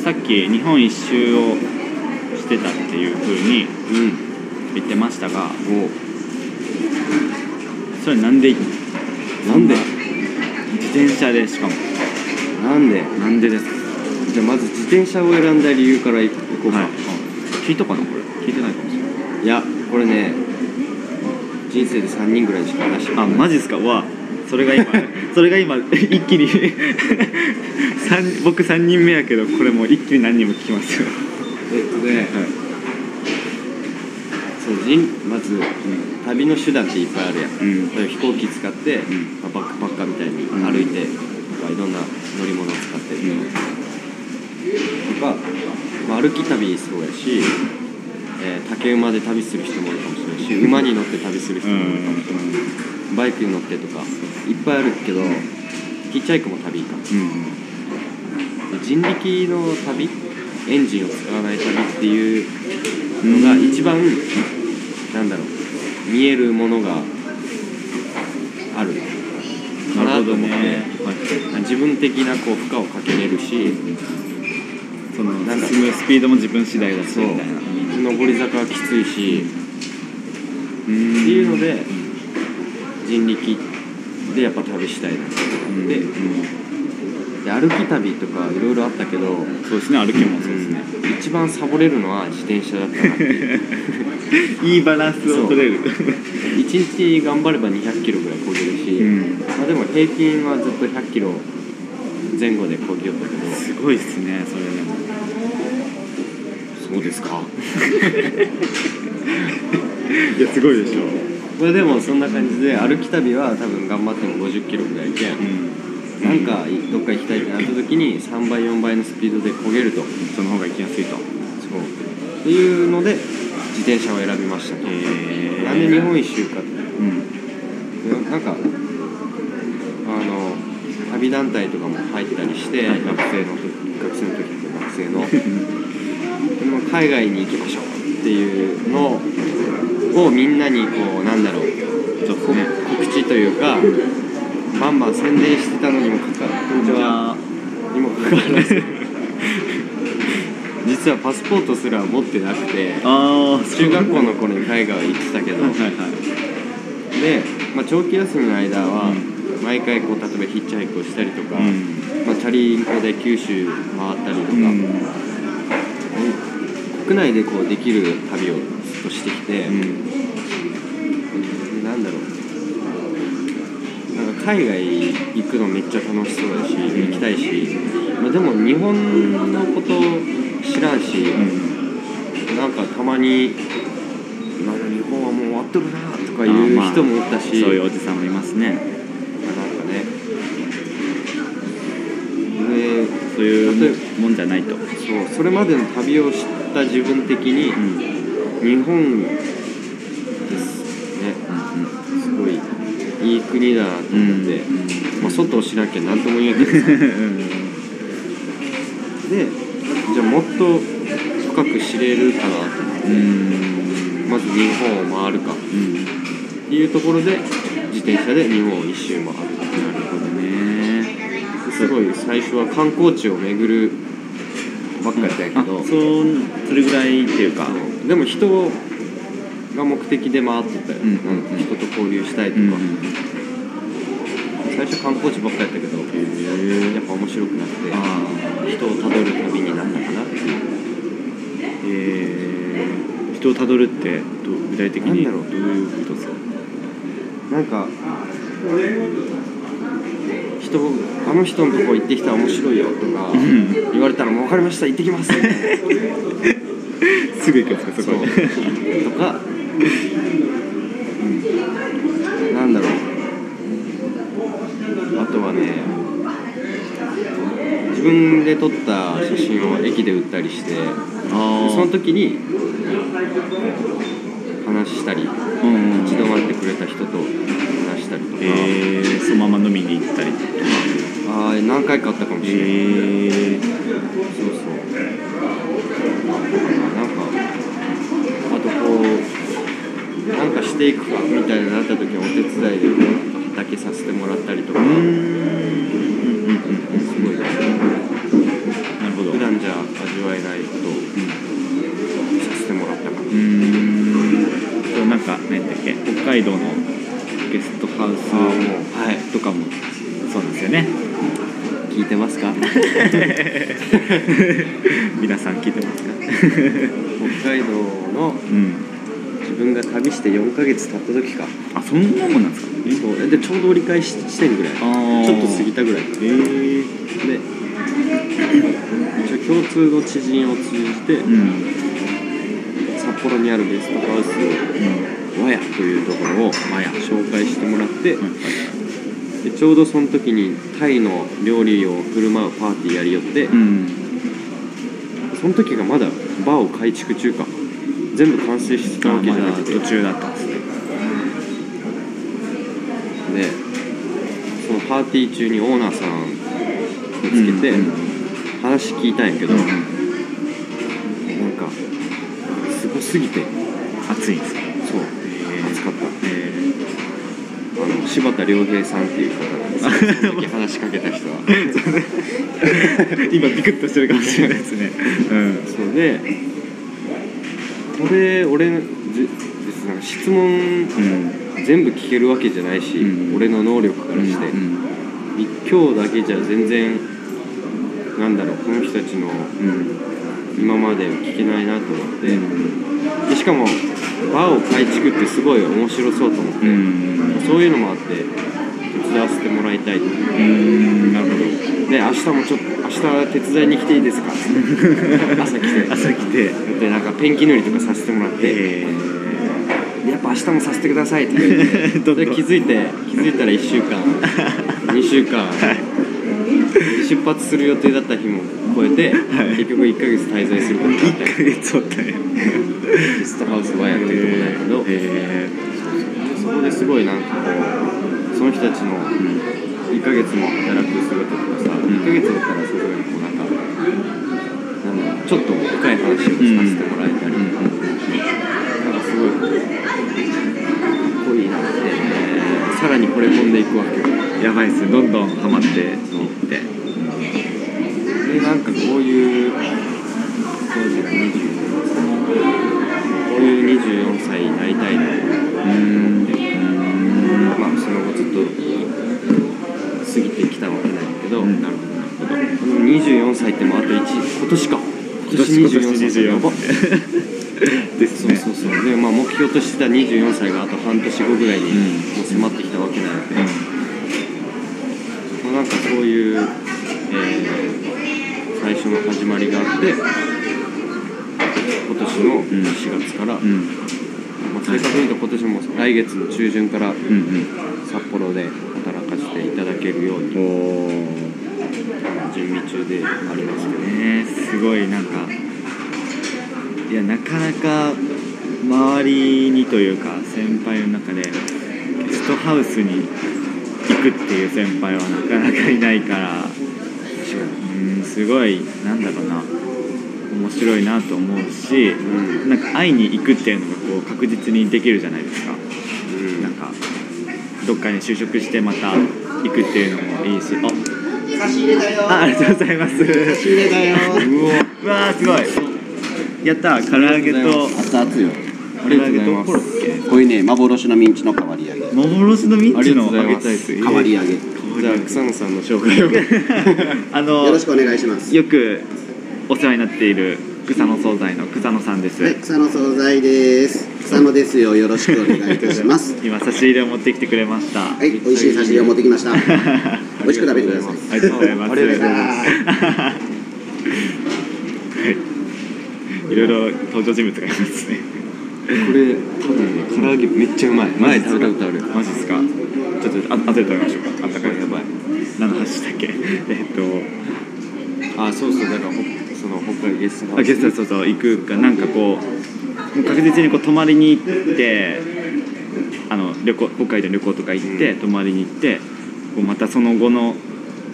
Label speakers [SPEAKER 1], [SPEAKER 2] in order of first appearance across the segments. [SPEAKER 1] さっき日本一周をしてたっていう風に
[SPEAKER 2] うん
[SPEAKER 1] 言ってましたが
[SPEAKER 2] お
[SPEAKER 1] それなんで
[SPEAKER 2] なんで
[SPEAKER 1] 自転車でしかも
[SPEAKER 2] なんで
[SPEAKER 1] なんでですか
[SPEAKER 2] じゃあまず自転車を選んだ理由からいこうか、
[SPEAKER 1] はい、聞いたかなこれ聞いてないかもしれない
[SPEAKER 2] い、やこれね人生で3人ぐらいしか話して
[SPEAKER 1] あマジですかわあそれが 今それが今一気に 三僕3人目やけどこれもう一気に何人も聞きますよ、
[SPEAKER 2] えっとね
[SPEAKER 1] は
[SPEAKER 2] そう人まず旅の手段っていっぱいあるやん
[SPEAKER 1] い、うん
[SPEAKER 2] 例えば飛行機使っ
[SPEAKER 1] ん
[SPEAKER 2] て、まあバックパッカーみたいに
[SPEAKER 1] うん
[SPEAKER 2] 歩いて、まあいろんな乗り物を使って
[SPEAKER 1] うん
[SPEAKER 2] とか、まあ、歩き旅そうやし、えー竹馬で旅する人もいるかもしれないし馬に乗って旅する人
[SPEAKER 1] うん
[SPEAKER 2] もいるかもしれない、バイクに乗ってとかいっぱいあるけどヒッチャイクも旅か
[SPEAKER 1] うん
[SPEAKER 2] で人力の旅エンジンを使わない旅っていうのが一番、なんだろう見えるものがあるかなと思って、
[SPEAKER 1] はい
[SPEAKER 2] 自分的なこう負荷をかけれるし、
[SPEAKER 1] その
[SPEAKER 2] なんか
[SPEAKER 1] 進むスピードも自分次第だし
[SPEAKER 2] そう
[SPEAKER 1] みたいな
[SPEAKER 2] 上り坂はきついし、
[SPEAKER 1] う
[SPEAKER 2] って
[SPEAKER 1] ん
[SPEAKER 2] いうので人力でやっぱ旅したいな
[SPEAKER 1] うん
[SPEAKER 2] で
[SPEAKER 1] うん
[SPEAKER 2] で歩き旅とかいろいろあったけど
[SPEAKER 1] そうですね歩きもそうですね、
[SPEAKER 2] うん一番サボれるのは自転車だったなっていう
[SPEAKER 1] いいバランスを取れる
[SPEAKER 2] 1日頑張れば2 0 0キロぐらい漕げるし、
[SPEAKER 1] うん
[SPEAKER 2] まあ、でも平均はずっと1 0 0キロ前後で漕ぎよったけど
[SPEAKER 1] すごいっすねそれでも
[SPEAKER 2] そうですか
[SPEAKER 1] いやすごいでしょう
[SPEAKER 2] まあでもそんな感じで歩き旅は多分頑張っても5 0キロぐらい行けんなんかどっか行きたいってなった時に3倍4倍のスピードで漕げるとそう
[SPEAKER 1] その方が行きやすいと
[SPEAKER 2] っていうので自転車を選びましたと、
[SPEAKER 1] え
[SPEAKER 2] なんで日本一周かって
[SPEAKER 1] うん
[SPEAKER 2] なんかあの旅団体とかも入ったりして、
[SPEAKER 1] はい
[SPEAKER 2] 学生の時学生の時って学生のでも海外に行きましょうっていうのをみんなにこうなんだろう
[SPEAKER 1] ちょっとね
[SPEAKER 2] 告知というかバンバン宣伝してたのにもかかわらず
[SPEAKER 1] あ
[SPEAKER 2] にもかかわらず実はパスポートすら持ってなくて
[SPEAKER 1] あー
[SPEAKER 2] 中学校の頃に海外は行ってたけど
[SPEAKER 1] はいはいはい
[SPEAKER 2] で、まあ、長期休みの間は
[SPEAKER 1] う
[SPEAKER 2] 毎回こう例えばヒッチハイクをしたりとか、
[SPEAKER 1] うん
[SPEAKER 2] まあ、チャリンコで九州回ったりとか、国内でこうできる旅をずっとしてきて、
[SPEAKER 1] うん
[SPEAKER 2] でなんだろうなんか海外行くのめっちゃ楽しそうだし行きたいし、まあ、でも日本のこと知らんし、なんかたまになんか日本はもう終わっとるなとかいう人もおったし、
[SPEAKER 1] そういうおじさんもいますね
[SPEAKER 2] なんかねで
[SPEAKER 1] そういうもんじゃないと
[SPEAKER 2] そうそれまでの旅を知った自分的
[SPEAKER 1] う
[SPEAKER 2] に
[SPEAKER 1] ん
[SPEAKER 2] 日本ですね
[SPEAKER 1] う
[SPEAKER 2] すごいいい国だなと
[SPEAKER 1] ん
[SPEAKER 2] 思って、まあ、外を知らなきゃ何とも言えないけどでじゃあもっと深く知れるかなと思って
[SPEAKER 1] うん
[SPEAKER 2] まず日本を回るかっていうところで自転車で日本を一周回る
[SPEAKER 1] なるほどね
[SPEAKER 2] すごい最初は観光地を巡るばっかりだけ
[SPEAKER 1] あ
[SPEAKER 2] ど、
[SPEAKER 1] そうそれぐらいっていうか
[SPEAKER 2] でも人が目的で回ってたよ、
[SPEAKER 1] うんうんうん
[SPEAKER 2] なんか人と交流したいとか、最初観光地ばっかりやったけど、やっぱ面白くなく
[SPEAKER 1] ああ
[SPEAKER 2] て人をたどる旅になったかなっていう
[SPEAKER 1] えー、人をたどるってどう具体的に
[SPEAKER 2] なんだろう
[SPEAKER 1] どういうことですか
[SPEAKER 2] なんか人あの人のとこ行ってきたら面白いよとか
[SPEAKER 1] ん
[SPEAKER 2] 言われたら「もう分かりました行ってき ます」
[SPEAKER 1] すぐ行くんですか
[SPEAKER 2] そ
[SPEAKER 1] そうこに
[SPEAKER 2] とか、なんだろうあとはね自分で撮った写真を駅で売ったりしてで
[SPEAKER 1] あ
[SPEAKER 2] その時に話したり
[SPEAKER 1] う
[SPEAKER 2] 立
[SPEAKER 1] んうん
[SPEAKER 2] ち止まってくれた人と話したりとか、
[SPEAKER 1] えー、そのまま飲みに行ったりとか
[SPEAKER 2] あー何回かあったかも
[SPEAKER 1] え
[SPEAKER 2] しれない、
[SPEAKER 1] ー、
[SPEAKER 2] そうそうなんかあとこうなんかしていくかみたいになった時はお手伝いでこう畑させてもらったりとか
[SPEAKER 1] うーん
[SPEAKER 2] す
[SPEAKER 1] うんうんうん
[SPEAKER 2] ごい
[SPEAKER 1] なるほど
[SPEAKER 2] 普段じゃ味わえないことをさせてもらったかな
[SPEAKER 1] うーんそうなんか何だっけ北海道のゲストハウ
[SPEAKER 2] あも
[SPEAKER 1] ス
[SPEAKER 2] うはい
[SPEAKER 1] とかもそうなんですよね
[SPEAKER 2] 聞いてますか
[SPEAKER 1] 皆さん聞いてますか
[SPEAKER 2] 北海道の
[SPEAKER 1] うん
[SPEAKER 2] 自分が旅して4ヶ月経った時か
[SPEAKER 1] あそんなもんなんですか
[SPEAKER 2] そうでちょうど折り返し地点ぐらい
[SPEAKER 1] あー
[SPEAKER 2] ちょっと過ぎたぐらいか
[SPEAKER 1] えー、
[SPEAKER 2] で一応共通の知人を通じて
[SPEAKER 1] うん、うん
[SPEAKER 2] 札幌にあるゲストハウス和屋というところを
[SPEAKER 1] まあや、
[SPEAKER 2] 紹介してもらって、
[SPEAKER 1] うん
[SPEAKER 2] でちょうどその時にタイの料理を振る舞うパーティーやりよって、
[SPEAKER 1] うん、
[SPEAKER 2] その時がまだバーを改築中か全部完成してたわけじゃ
[SPEAKER 1] ま
[SPEAKER 2] な
[SPEAKER 1] だ
[SPEAKER 2] くて
[SPEAKER 1] 途中だったんですね
[SPEAKER 2] でそのパーティー中にオーナーさん見つけて
[SPEAKER 1] うん
[SPEAKER 2] 話聞いたんやけ
[SPEAKER 1] け
[SPEAKER 2] ど、
[SPEAKER 1] ど、
[SPEAKER 2] なんかすごすぎて
[SPEAKER 1] 暑いんですか
[SPEAKER 2] そう熱かった
[SPEAKER 1] え
[SPEAKER 2] あの柴田良平さんっていう方なんですけどその時話しかけた人は
[SPEAKER 1] ー今ビクッとしてるかもしれないですねうん
[SPEAKER 2] そうでこれ俺ぜ別になんか質問
[SPEAKER 1] うん
[SPEAKER 2] 全部聞けるわけじゃないし、
[SPEAKER 1] うん
[SPEAKER 2] 俺の能力からして、
[SPEAKER 1] うん
[SPEAKER 2] 立教だけじゃ全然なんだろうこの人たちの
[SPEAKER 1] うん
[SPEAKER 2] 今まで聞けないなと思って、
[SPEAKER 1] で
[SPEAKER 2] でしかもバーを改築ってすごい面白そうと思って、
[SPEAKER 1] うん
[SPEAKER 2] そういうのもあって手伝わせてもらいたいと思って
[SPEAKER 1] うんなるほど
[SPEAKER 2] で明日もちょっと明日手伝いに来ていい ですか朝来て
[SPEAKER 1] 朝来て
[SPEAKER 2] でなんかペンキ塗りとかさせてもらって、
[SPEAKER 1] え
[SPEAKER 2] やっぱ明日もさせてくださいって言われて
[SPEAKER 1] どんどん
[SPEAKER 2] で気づいて気づいたら1 週間2週間出発する予定だった日も超えて、
[SPEAKER 1] はい
[SPEAKER 2] 結局1ヶ月滞在することになった
[SPEAKER 1] 1ヶ月おったね
[SPEAKER 2] ゲストハウスバーやってるとこなんやけど、
[SPEAKER 1] え
[SPEAKER 2] そこですごいなんかこうその人たちの1ヶ月も働く姿とかさ、
[SPEAKER 1] ん
[SPEAKER 2] 1ヶ月だったらすごいこうなんかなんだろうちょっと深い話をさせてもらえたりとか、
[SPEAKER 1] うん
[SPEAKER 2] なんかすごいこうかっこいいなって、さらに惚れ込んでいくわけよ
[SPEAKER 1] ーやばいっすねどんどんハマっていって
[SPEAKER 2] でなんかこういう当時が24歳こういう24歳になりたいなって
[SPEAKER 1] うん
[SPEAKER 2] まあその後ずっと過ぎてきたわけなんやけど、
[SPEAKER 1] うん
[SPEAKER 2] なるほどなるほど24歳ってもうあと1今年か今年24歳やば
[SPEAKER 1] です
[SPEAKER 2] そう
[SPEAKER 1] ね
[SPEAKER 2] そうそうでまあ目標としてた24歳があと半年後ぐらいに
[SPEAKER 1] うん
[SPEAKER 2] もう迫ってきたわけなんやけど、まあ、なんかそういう、えー最初の始まりがあって今年の
[SPEAKER 1] ん
[SPEAKER 2] 4月から、
[SPEAKER 1] うん
[SPEAKER 2] まあ、正確に言うと今年も来月の中旬から
[SPEAKER 1] うんうん
[SPEAKER 2] 札幌で働かせていただけるように
[SPEAKER 1] おー
[SPEAKER 2] 準備中でありますけど
[SPEAKER 1] ねすごいなんかいやなかなか周りにというか先輩の中でゲストハウスに行くっていう先輩はなかなかいないからうんすごいなんだろうな面白いなと思うし
[SPEAKER 2] うん
[SPEAKER 1] なんか会いに行くっていうのがこう確実にできるじゃないですか
[SPEAKER 2] うん
[SPEAKER 1] なんかどっかに就職してまた行くっていうのもいいしあ
[SPEAKER 3] 差し入れだよ
[SPEAKER 1] あありがとうございます
[SPEAKER 3] 差し入れだよ
[SPEAKER 2] うわ
[SPEAKER 1] うわーすごいやったー唐揚げと
[SPEAKER 3] 熱々よ
[SPEAKER 1] 唐揚げとコロッケ
[SPEAKER 3] こういうね幻のミンチの変わり揚げ
[SPEAKER 1] 幻のミッチの
[SPEAKER 2] あ
[SPEAKER 1] あ
[SPEAKER 2] り
[SPEAKER 1] げ
[SPEAKER 2] がとうご
[SPEAKER 1] た
[SPEAKER 2] ざ
[SPEAKER 1] いで
[SPEAKER 2] います
[SPEAKER 1] す
[SPEAKER 3] 変わり揚げよ
[SPEAKER 2] じゃあ草野さんの 紹介を
[SPEAKER 1] あの
[SPEAKER 3] ろしくお願いします
[SPEAKER 1] よくお世話になっている草野惣菜の草野さんです、
[SPEAKER 3] はい草野惣菜です草野ですよよろしくお願いいたします
[SPEAKER 1] 今差し入れを持ってきてくれました、
[SPEAKER 3] はい美味しい差し入れを持ってきました美味しく食べてください
[SPEAKER 1] ありがとうございます
[SPEAKER 2] ありがとうございます
[SPEAKER 1] はいいろいろ登場人物がいますね
[SPEAKER 2] これ多分ね唐揚げめっちゃうまい前食べたことある
[SPEAKER 1] マジっすかちょっとあ後で食べましょうかあったかい
[SPEAKER 2] やばい
[SPEAKER 1] 何の話だっけえっと
[SPEAKER 2] あそうそうだからほその北海ゲストハ
[SPEAKER 1] あ
[SPEAKER 2] ウス
[SPEAKER 1] ゲストそうそう行くかなんかこうもう確実にこう泊まりに行ってあの旅行北海道に旅行とか行って、
[SPEAKER 2] うん
[SPEAKER 1] 泊まりに行ってこうまたその後の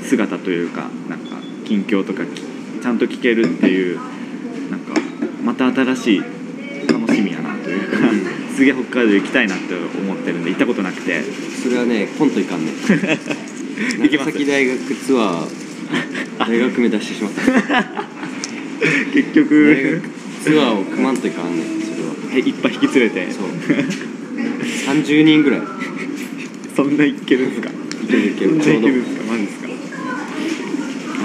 [SPEAKER 1] 姿というかなんか近況とかきちゃんと聞けるっていうなんかまた新しい楽しみやなというか、すげえ北海道行きたいなって思ってるんで行ったことなくて
[SPEAKER 2] それはねコントいかんね
[SPEAKER 1] 行きま
[SPEAKER 2] 長
[SPEAKER 1] す
[SPEAKER 2] 崎大学ツアー大学目出してしまった
[SPEAKER 1] 結
[SPEAKER 2] 大学
[SPEAKER 1] 局
[SPEAKER 2] ツアーを組まんといかんねんそれは
[SPEAKER 1] えいっぱい引き連れて
[SPEAKER 2] そう30人ぐらい
[SPEAKER 1] そんないけるんですか
[SPEAKER 2] いけるいける
[SPEAKER 1] そんないけるん
[SPEAKER 2] ち
[SPEAKER 1] ですかマジですか
[SPEAKER 2] な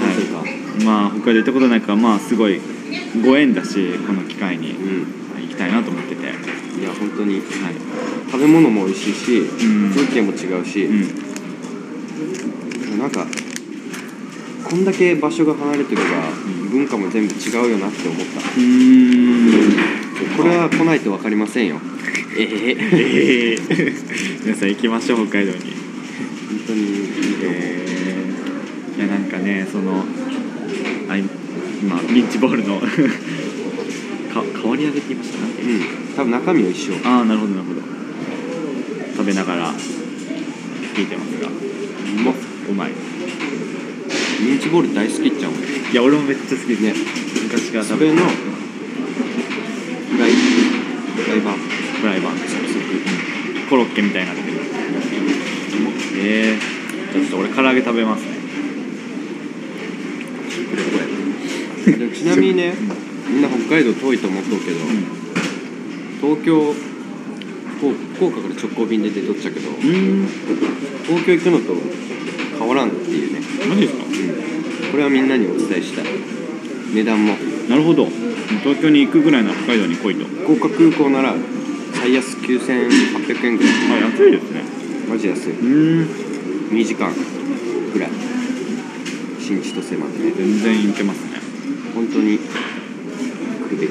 [SPEAKER 2] んというか、
[SPEAKER 1] まあ他で行ったことないからまあすごいご縁だしこの機会に
[SPEAKER 2] う
[SPEAKER 1] 行きたいなと思っててはい
[SPEAKER 2] んいや本当に食べ物も美味しいし、
[SPEAKER 1] ん
[SPEAKER 2] 風景も違うし、
[SPEAKER 1] うん
[SPEAKER 2] なんかこんだけ場所が離れてれば、文化も全部違うよなって思ったこれは来ないと分かりませんよええ
[SPEAKER 1] ええ皆さん行きましょう北海道に
[SPEAKER 2] 本当にいいと思う、
[SPEAKER 1] えーいやなんかねそのあい今ビーチボールの か変わり上げって言いましたなんて
[SPEAKER 2] うん多分中身は一緒
[SPEAKER 1] ああなるほどなるほど食べながら聞いてますが
[SPEAKER 2] うまっ
[SPEAKER 1] うまい
[SPEAKER 2] ミンチボール大好きっちゃうもんね
[SPEAKER 1] いや俺もめっちゃ好きですね昔から
[SPEAKER 2] そ
[SPEAKER 1] 食べ
[SPEAKER 2] れ
[SPEAKER 1] る
[SPEAKER 2] のフライフライバン
[SPEAKER 1] フライバンコロッケみたいになってるええじゃあちょっと俺唐揚げ食べますね
[SPEAKER 2] これこれでちなみにねみんな北海道遠いと思っとうけど、東京福岡福岡から直行便で出とっちゃうけど
[SPEAKER 1] うん
[SPEAKER 2] 東京行くのと変わらんっていうね
[SPEAKER 1] マジですか
[SPEAKER 2] これはみんなにお伝えしたい値段も
[SPEAKER 1] なるほど東京に行くぐらいなら北海道に来いと
[SPEAKER 2] 福岡空港なら最安9800円ぐらい
[SPEAKER 1] あ安いですね
[SPEAKER 2] マジ安いう
[SPEAKER 1] ーん
[SPEAKER 2] 2時間ぐらい新千歳までね
[SPEAKER 1] 全然行けますね
[SPEAKER 2] 本当に行くべき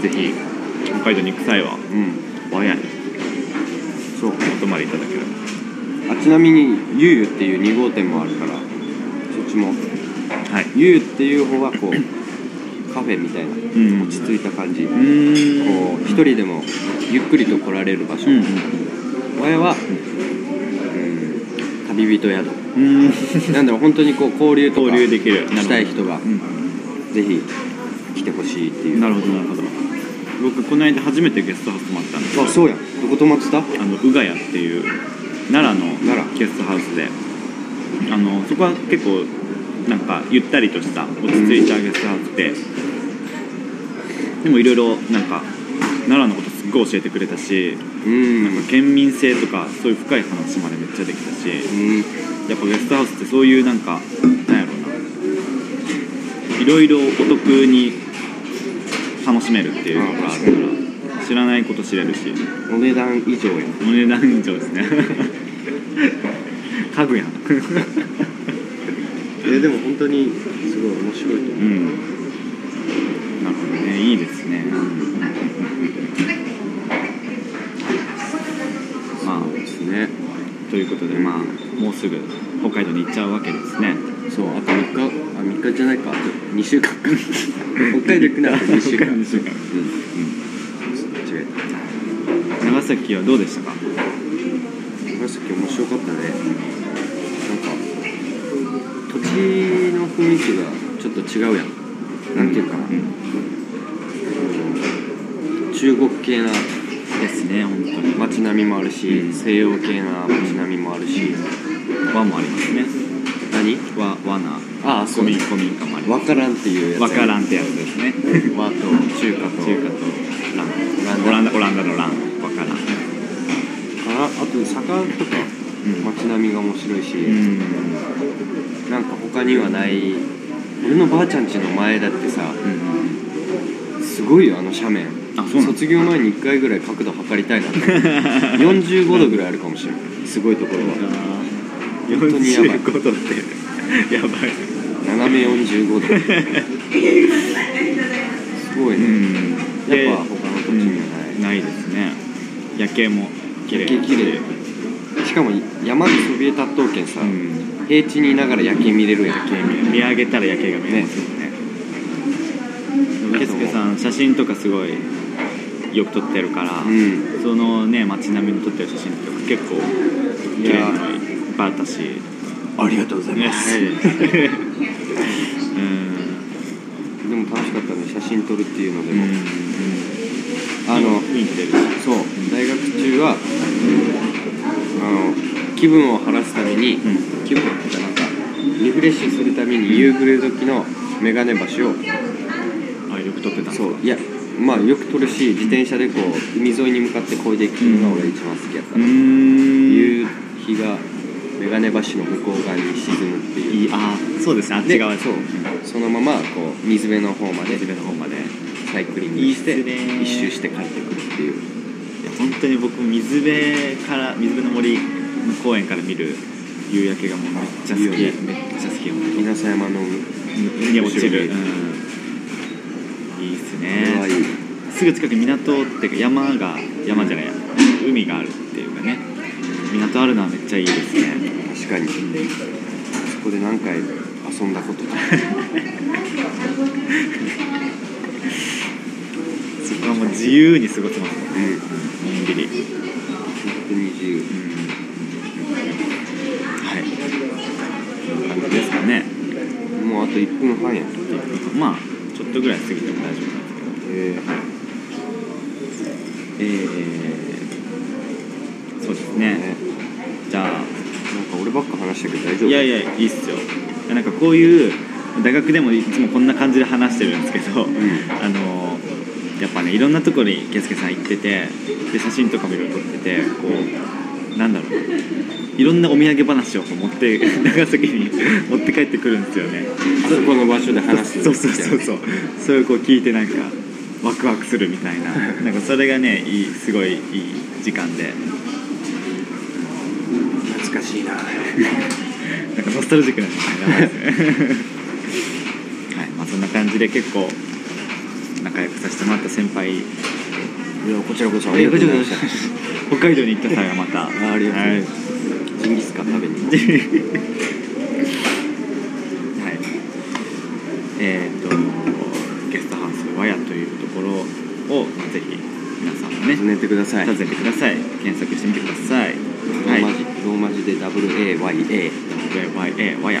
[SPEAKER 1] ぜひ北海道に行く際は
[SPEAKER 2] うん
[SPEAKER 1] 我が家に
[SPEAKER 2] そう
[SPEAKER 1] お泊まりいただければ
[SPEAKER 2] あちなみにゆうゆっていう2号店もあるからそっちも
[SPEAKER 1] はい
[SPEAKER 2] ゆうっていう方はこうカフェみたいな
[SPEAKER 1] うん
[SPEAKER 2] 落ち着いた感じ、
[SPEAKER 1] う
[SPEAKER 2] こう
[SPEAKER 1] ーん
[SPEAKER 2] 一人でもゆっくりと来られる場所、
[SPEAKER 1] うん
[SPEAKER 2] 我は、うん、旅人
[SPEAKER 1] う
[SPEAKER 2] 宿
[SPEAKER 1] ん
[SPEAKER 2] なんだろう本当にこう交流とか
[SPEAKER 1] 交流できる
[SPEAKER 2] したい人が
[SPEAKER 1] う
[SPEAKER 2] ぜひ来てほしいってい
[SPEAKER 1] ん
[SPEAKER 2] う
[SPEAKER 1] なるほどなるほど僕この間初めてゲストハウス泊まったんですけど
[SPEAKER 2] あそうやどこ泊まってた
[SPEAKER 1] あの宇賀屋っていう奈良の
[SPEAKER 2] 奈良
[SPEAKER 1] ゲストハウスであのそこは結構なんかゆったりとした落ち着いたゲストハウスで、でもいろいろなんか奈良のことすっごい教えてくれたし、
[SPEAKER 2] うん
[SPEAKER 1] なんか県民性とかそういう深い話までめっちゃできたし
[SPEAKER 2] うん
[SPEAKER 1] やっぱゲストハウスってそういうなんかなんやろうないろいろお得に楽しめるっていうのがあるから知らないこと知れるし。
[SPEAKER 2] お値段以上や
[SPEAKER 1] お値段以上ですね家具やん
[SPEAKER 2] えでも本当にすごい面白いと思
[SPEAKER 1] うんなるほどねいいですねまあ
[SPEAKER 2] うですね
[SPEAKER 1] ということでまあもうすぐ北海道に行っちゃうわけですね
[SPEAKER 2] そうあと3日あ3日じゃないかあと2週間か 北海道行くなら2週間
[SPEAKER 1] 2週間
[SPEAKER 2] うん違えた
[SPEAKER 1] 長崎はどうでしたか
[SPEAKER 2] 長崎面白かったねなんか土地の雰囲気がちょっと違うやんなんていうかな、
[SPEAKER 1] ん
[SPEAKER 2] 中国系な
[SPEAKER 1] ですね本当に
[SPEAKER 2] 街並みもあるし、
[SPEAKER 1] うん
[SPEAKER 2] 西洋系な街並みもあるし、
[SPEAKER 1] 和もありますね
[SPEAKER 2] 何
[SPEAKER 1] 和和な
[SPEAKER 2] ああ
[SPEAKER 1] 古民古民家もありま
[SPEAKER 2] わからんっていう
[SPEAKER 1] す
[SPEAKER 2] やつ
[SPEAKER 1] 和から
[SPEAKER 2] ん
[SPEAKER 1] らんってやつですね
[SPEAKER 2] 和と中華と
[SPEAKER 1] 中華とランオランダオランダのラン和からん
[SPEAKER 2] かなあと坂とか
[SPEAKER 1] うん
[SPEAKER 2] 街並みが面白いし、
[SPEAKER 1] うん
[SPEAKER 2] なんか他にはない俺のばあちゃん家の前だってさ
[SPEAKER 1] うん
[SPEAKER 2] すごいよあの斜面
[SPEAKER 1] あそうなの
[SPEAKER 2] 卒業前に1回ぐらい角度測りたいなって45度ぐらいあるかもしれないすごいところは
[SPEAKER 1] 本当
[SPEAKER 2] 当
[SPEAKER 1] に
[SPEAKER 2] に
[SPEAKER 1] やば
[SPEAKER 2] やば
[SPEAKER 1] い
[SPEAKER 2] い
[SPEAKER 1] 度ってやばい
[SPEAKER 2] 斜め45度すごいね、
[SPEAKER 1] ん
[SPEAKER 2] やっぱ他の土地にはな
[SPEAKER 1] ない
[SPEAKER 2] い、
[SPEAKER 1] ですね夜景も綺麗
[SPEAKER 2] 夜景綺麗しかも山にそびえ立っとうけんさ、
[SPEAKER 1] うん
[SPEAKER 2] 平地にいながら夜景見れるやん
[SPEAKER 1] 夜景見見上げたら夜景が見えますよね
[SPEAKER 2] ね
[SPEAKER 1] けすけさん写真とかすごいよく撮ってるから、
[SPEAKER 2] うん
[SPEAKER 1] そのね街並みの撮ってる写真とか結構綺麗なのいっぱいあったし
[SPEAKER 2] ありがとうござ
[SPEAKER 1] ね
[SPEAKER 2] でも楽しかったね写真撮るっていうので
[SPEAKER 1] うん
[SPEAKER 2] も、
[SPEAKER 1] うん
[SPEAKER 2] あの
[SPEAKER 1] 雰囲気出るし
[SPEAKER 2] そう大学中はあの気分を晴らすために、
[SPEAKER 1] ん
[SPEAKER 2] 気分ってなんかリフレッシュするために夕暮れ時のメガネ橋を
[SPEAKER 1] あよく撮ってたんです
[SPEAKER 2] そ
[SPEAKER 1] か
[SPEAKER 2] ういやまあよく撮るし自転車でこう海沿いに向かって漕いでいくのが俺一番好きやった
[SPEAKER 1] うー
[SPEAKER 2] な、
[SPEAKER 1] ん
[SPEAKER 2] 夕日がメガネ橋の向こう側に沈むっていう
[SPEAKER 1] いいあーそうですねあっち
[SPEAKER 2] で
[SPEAKER 1] 側
[SPEAKER 2] そうそのままこう水辺の方まで
[SPEAKER 1] 自分の方までいや
[SPEAKER 2] サイクリングして
[SPEAKER 1] いいっすね
[SPEAKER 2] 一周して帰ってくるっていう
[SPEAKER 1] 本当に僕水辺から水辺の森の公園から見る夕焼けがもうめっちゃ好き
[SPEAKER 2] いいよね
[SPEAKER 1] めっちゃ好きよ
[SPEAKER 2] 稲佐山の
[SPEAKER 1] に落ちる、
[SPEAKER 2] 後ろに
[SPEAKER 1] うんいいっす
[SPEAKER 2] 可愛い
[SPEAKER 1] ねすぐ近くに港っていうか山が山じゃない海があるっていうかね港あるのはめっちゃいいですね
[SPEAKER 2] 確かにそこで何回遊んだことか
[SPEAKER 1] そこはもう自由に過ごせますもんね
[SPEAKER 2] うん
[SPEAKER 1] のんびり
[SPEAKER 2] 本当に自由
[SPEAKER 1] はい。こんな感じですかね。
[SPEAKER 2] もうあと1分半や
[SPEAKER 1] まあちょっとぐらい過ぎても大丈夫なんですけど。え
[SPEAKER 2] え
[SPEAKER 1] ー、そうです
[SPEAKER 2] え
[SPEAKER 1] ね
[SPEAKER 2] ね。
[SPEAKER 1] じゃ
[SPEAKER 2] なんか俺ばっか話したけど大
[SPEAKER 1] あ
[SPEAKER 2] 丈夫
[SPEAKER 1] いやいやいいっすよ。なんかこういう大学でもいつもこんな感じで話してるんですけど、あのやっぱねいろんなところにケスケさん行っててで写真とかもいろいろ撮っててこうなんだろういろんなお土産話をこう持って 長崎に持って帰ってくるんですよね
[SPEAKER 2] あそこの場所で話す
[SPEAKER 1] そうそうそうそうそれをこう聞いてなんかワクワクするみたいななんかそれがねいいすごいいい時間で
[SPEAKER 2] 懐かしいな
[SPEAKER 1] なんかノスタルジックな時間ですね はいまあそんな感じで結構仲良くさせてもらった先輩
[SPEAKER 2] いやこちらこそ
[SPEAKER 1] ありがとうございました北海道に行った際はまた
[SPEAKER 2] あありがとうござい ます、ジンギスカン食べに行こ
[SPEAKER 1] はい、はいえっ、とゲストハウス和屋というところをぜひ皆さんもね
[SPEAKER 2] う訪ねてください
[SPEAKER 1] 訪ねてください検索してみてください
[SPEAKER 2] ロ
[SPEAKER 1] はい
[SPEAKER 2] ーマ字、ローマ字で WAYA
[SPEAKER 1] 和屋和屋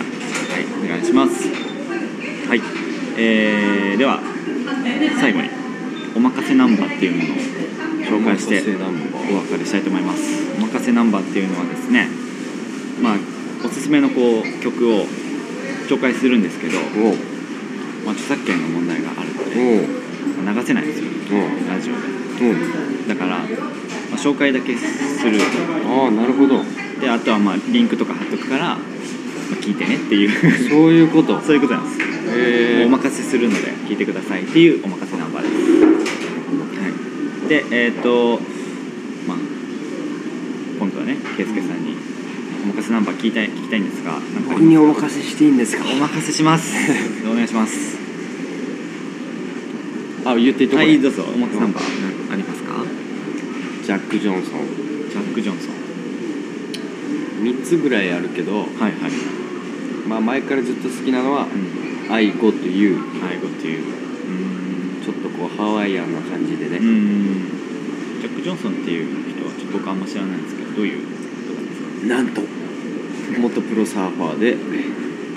[SPEAKER 1] はいお願いしますはいえー、では最後におまかせナンバーっていうものを紹介して
[SPEAKER 2] お任せナンバー
[SPEAKER 1] お別れしたいと思いますお任せナンバーっていうのはですねまあおすすめのこう曲を紹介するんですけど、
[SPEAKER 2] おう
[SPEAKER 1] まあ、著作権の問題があるので、
[SPEAKER 2] おう
[SPEAKER 1] まあ流せないんですよラジオで
[SPEAKER 2] おう
[SPEAKER 1] だから、まあ、紹介だけする
[SPEAKER 2] おうああなるほど
[SPEAKER 1] であとはまあリンクとか貼っとくから、まあ、聞いてねっていう
[SPEAKER 2] そういうこ と
[SPEAKER 1] そういうことなんです
[SPEAKER 2] え
[SPEAKER 1] お任せするので聞いてくださいっていうお任せナンバーです、はい、でえっ、とまあ今度はね圭介さんにお任せナンバー聞いたい聞きたいんですがなんかあ
[SPEAKER 2] 僕
[SPEAKER 1] り
[SPEAKER 2] に
[SPEAKER 1] ます
[SPEAKER 2] お任せしていいんですか
[SPEAKER 1] お任せします お願いします
[SPEAKER 2] あ言っていいとこ
[SPEAKER 1] は
[SPEAKER 2] ね
[SPEAKER 1] いどうぞお任せナンバーありますか
[SPEAKER 2] ジャック・ジョンソン
[SPEAKER 1] ジャック・ジョンソン
[SPEAKER 2] 3つぐらいあるけど、
[SPEAKER 1] はいはい
[SPEAKER 2] まあ、前からずっと好きなの
[SPEAKER 1] う
[SPEAKER 2] は
[SPEAKER 1] ん
[SPEAKER 2] 「I Go to You
[SPEAKER 1] 愛語っていううーん」
[SPEAKER 2] ちょっとこうハワイアンな感じで
[SPEAKER 1] う
[SPEAKER 2] ね、
[SPEAKER 1] ーんジャック・ジョンソンっていう人はちょっと僕あんま知らないんですけどどういう人なんですか
[SPEAKER 2] なんと元プロサーファーで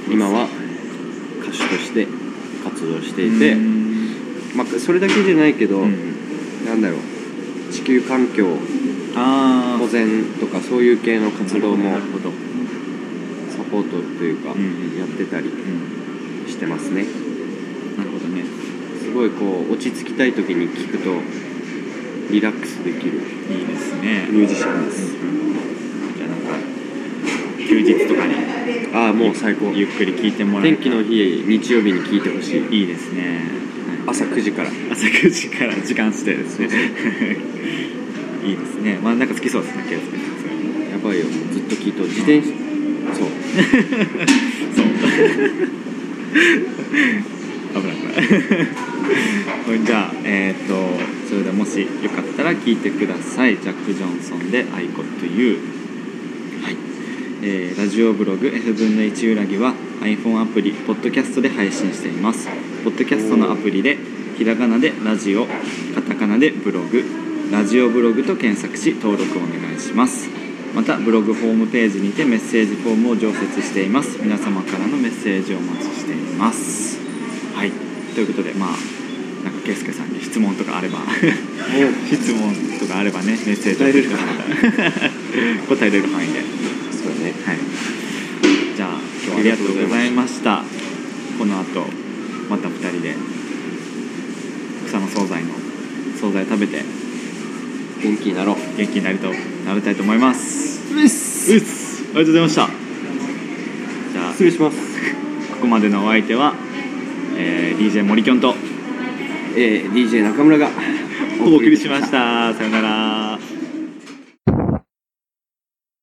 [SPEAKER 2] 今は歌手として活動していて、
[SPEAKER 1] うん
[SPEAKER 2] まあ、それだけじゃないけど、
[SPEAKER 1] うん
[SPEAKER 2] なんだろう地球環境
[SPEAKER 1] ああ
[SPEAKER 2] 保全とかそういう系の活動も
[SPEAKER 1] なるほど
[SPEAKER 2] サポートというか
[SPEAKER 1] うん
[SPEAKER 2] やってたり
[SPEAKER 1] うん
[SPEAKER 2] してますね
[SPEAKER 1] なるほどね
[SPEAKER 2] すごいこう落ち着きたい時に聴くとリラックスできる
[SPEAKER 1] いいですね
[SPEAKER 2] ミュージシャンです
[SPEAKER 1] じゃあなんか休日とかに
[SPEAKER 2] ああもう最高
[SPEAKER 1] ゆっくり聞いてもらえ
[SPEAKER 2] 天
[SPEAKER 1] た
[SPEAKER 2] 気の日日曜日に聴いてほしい
[SPEAKER 1] いいですね、はい
[SPEAKER 2] 朝9時から
[SPEAKER 1] 朝9時から時間指定ですね いいですねまあなんか好きそうですね圭介さんそれも
[SPEAKER 2] やばいよもうずっと聴いて自転車そう
[SPEAKER 1] そう危ない危ないほいじ ゃあえっ、とそれでもしよかったら聞いてくださいジャック・ジョンソンで「I Got You」はいえーラジオブログ F 分の1裏木は iPhone アプリポッドキャストで配信していますポッドキャストのアプリでひらがなでラジオカタカナでブログラジオブログと検索し登録お願いしますまたブログホームページにてメッセージフォームを常設しています皆様からのメッセージをお待ちしていますはいということでまあなんか圭介さんに質問とかあれば質問とかあればねメッセージを送ってもらえたら答えれる範囲で
[SPEAKER 2] そうだね
[SPEAKER 1] はい。じゃあ今日はありがとうございましたこの後また2人で草の惣菜の惣菜食べて
[SPEAKER 2] 元気になろう
[SPEAKER 1] 元気になりとなりたいと思います
[SPEAKER 2] うっす
[SPEAKER 1] うっすありがとうございましたじゃあ
[SPEAKER 2] 失礼します
[SPEAKER 1] ここまでのお相手は、えー DJ 森きょんと
[SPEAKER 2] えー、DJ 中村が
[SPEAKER 1] お送りしましたさよなら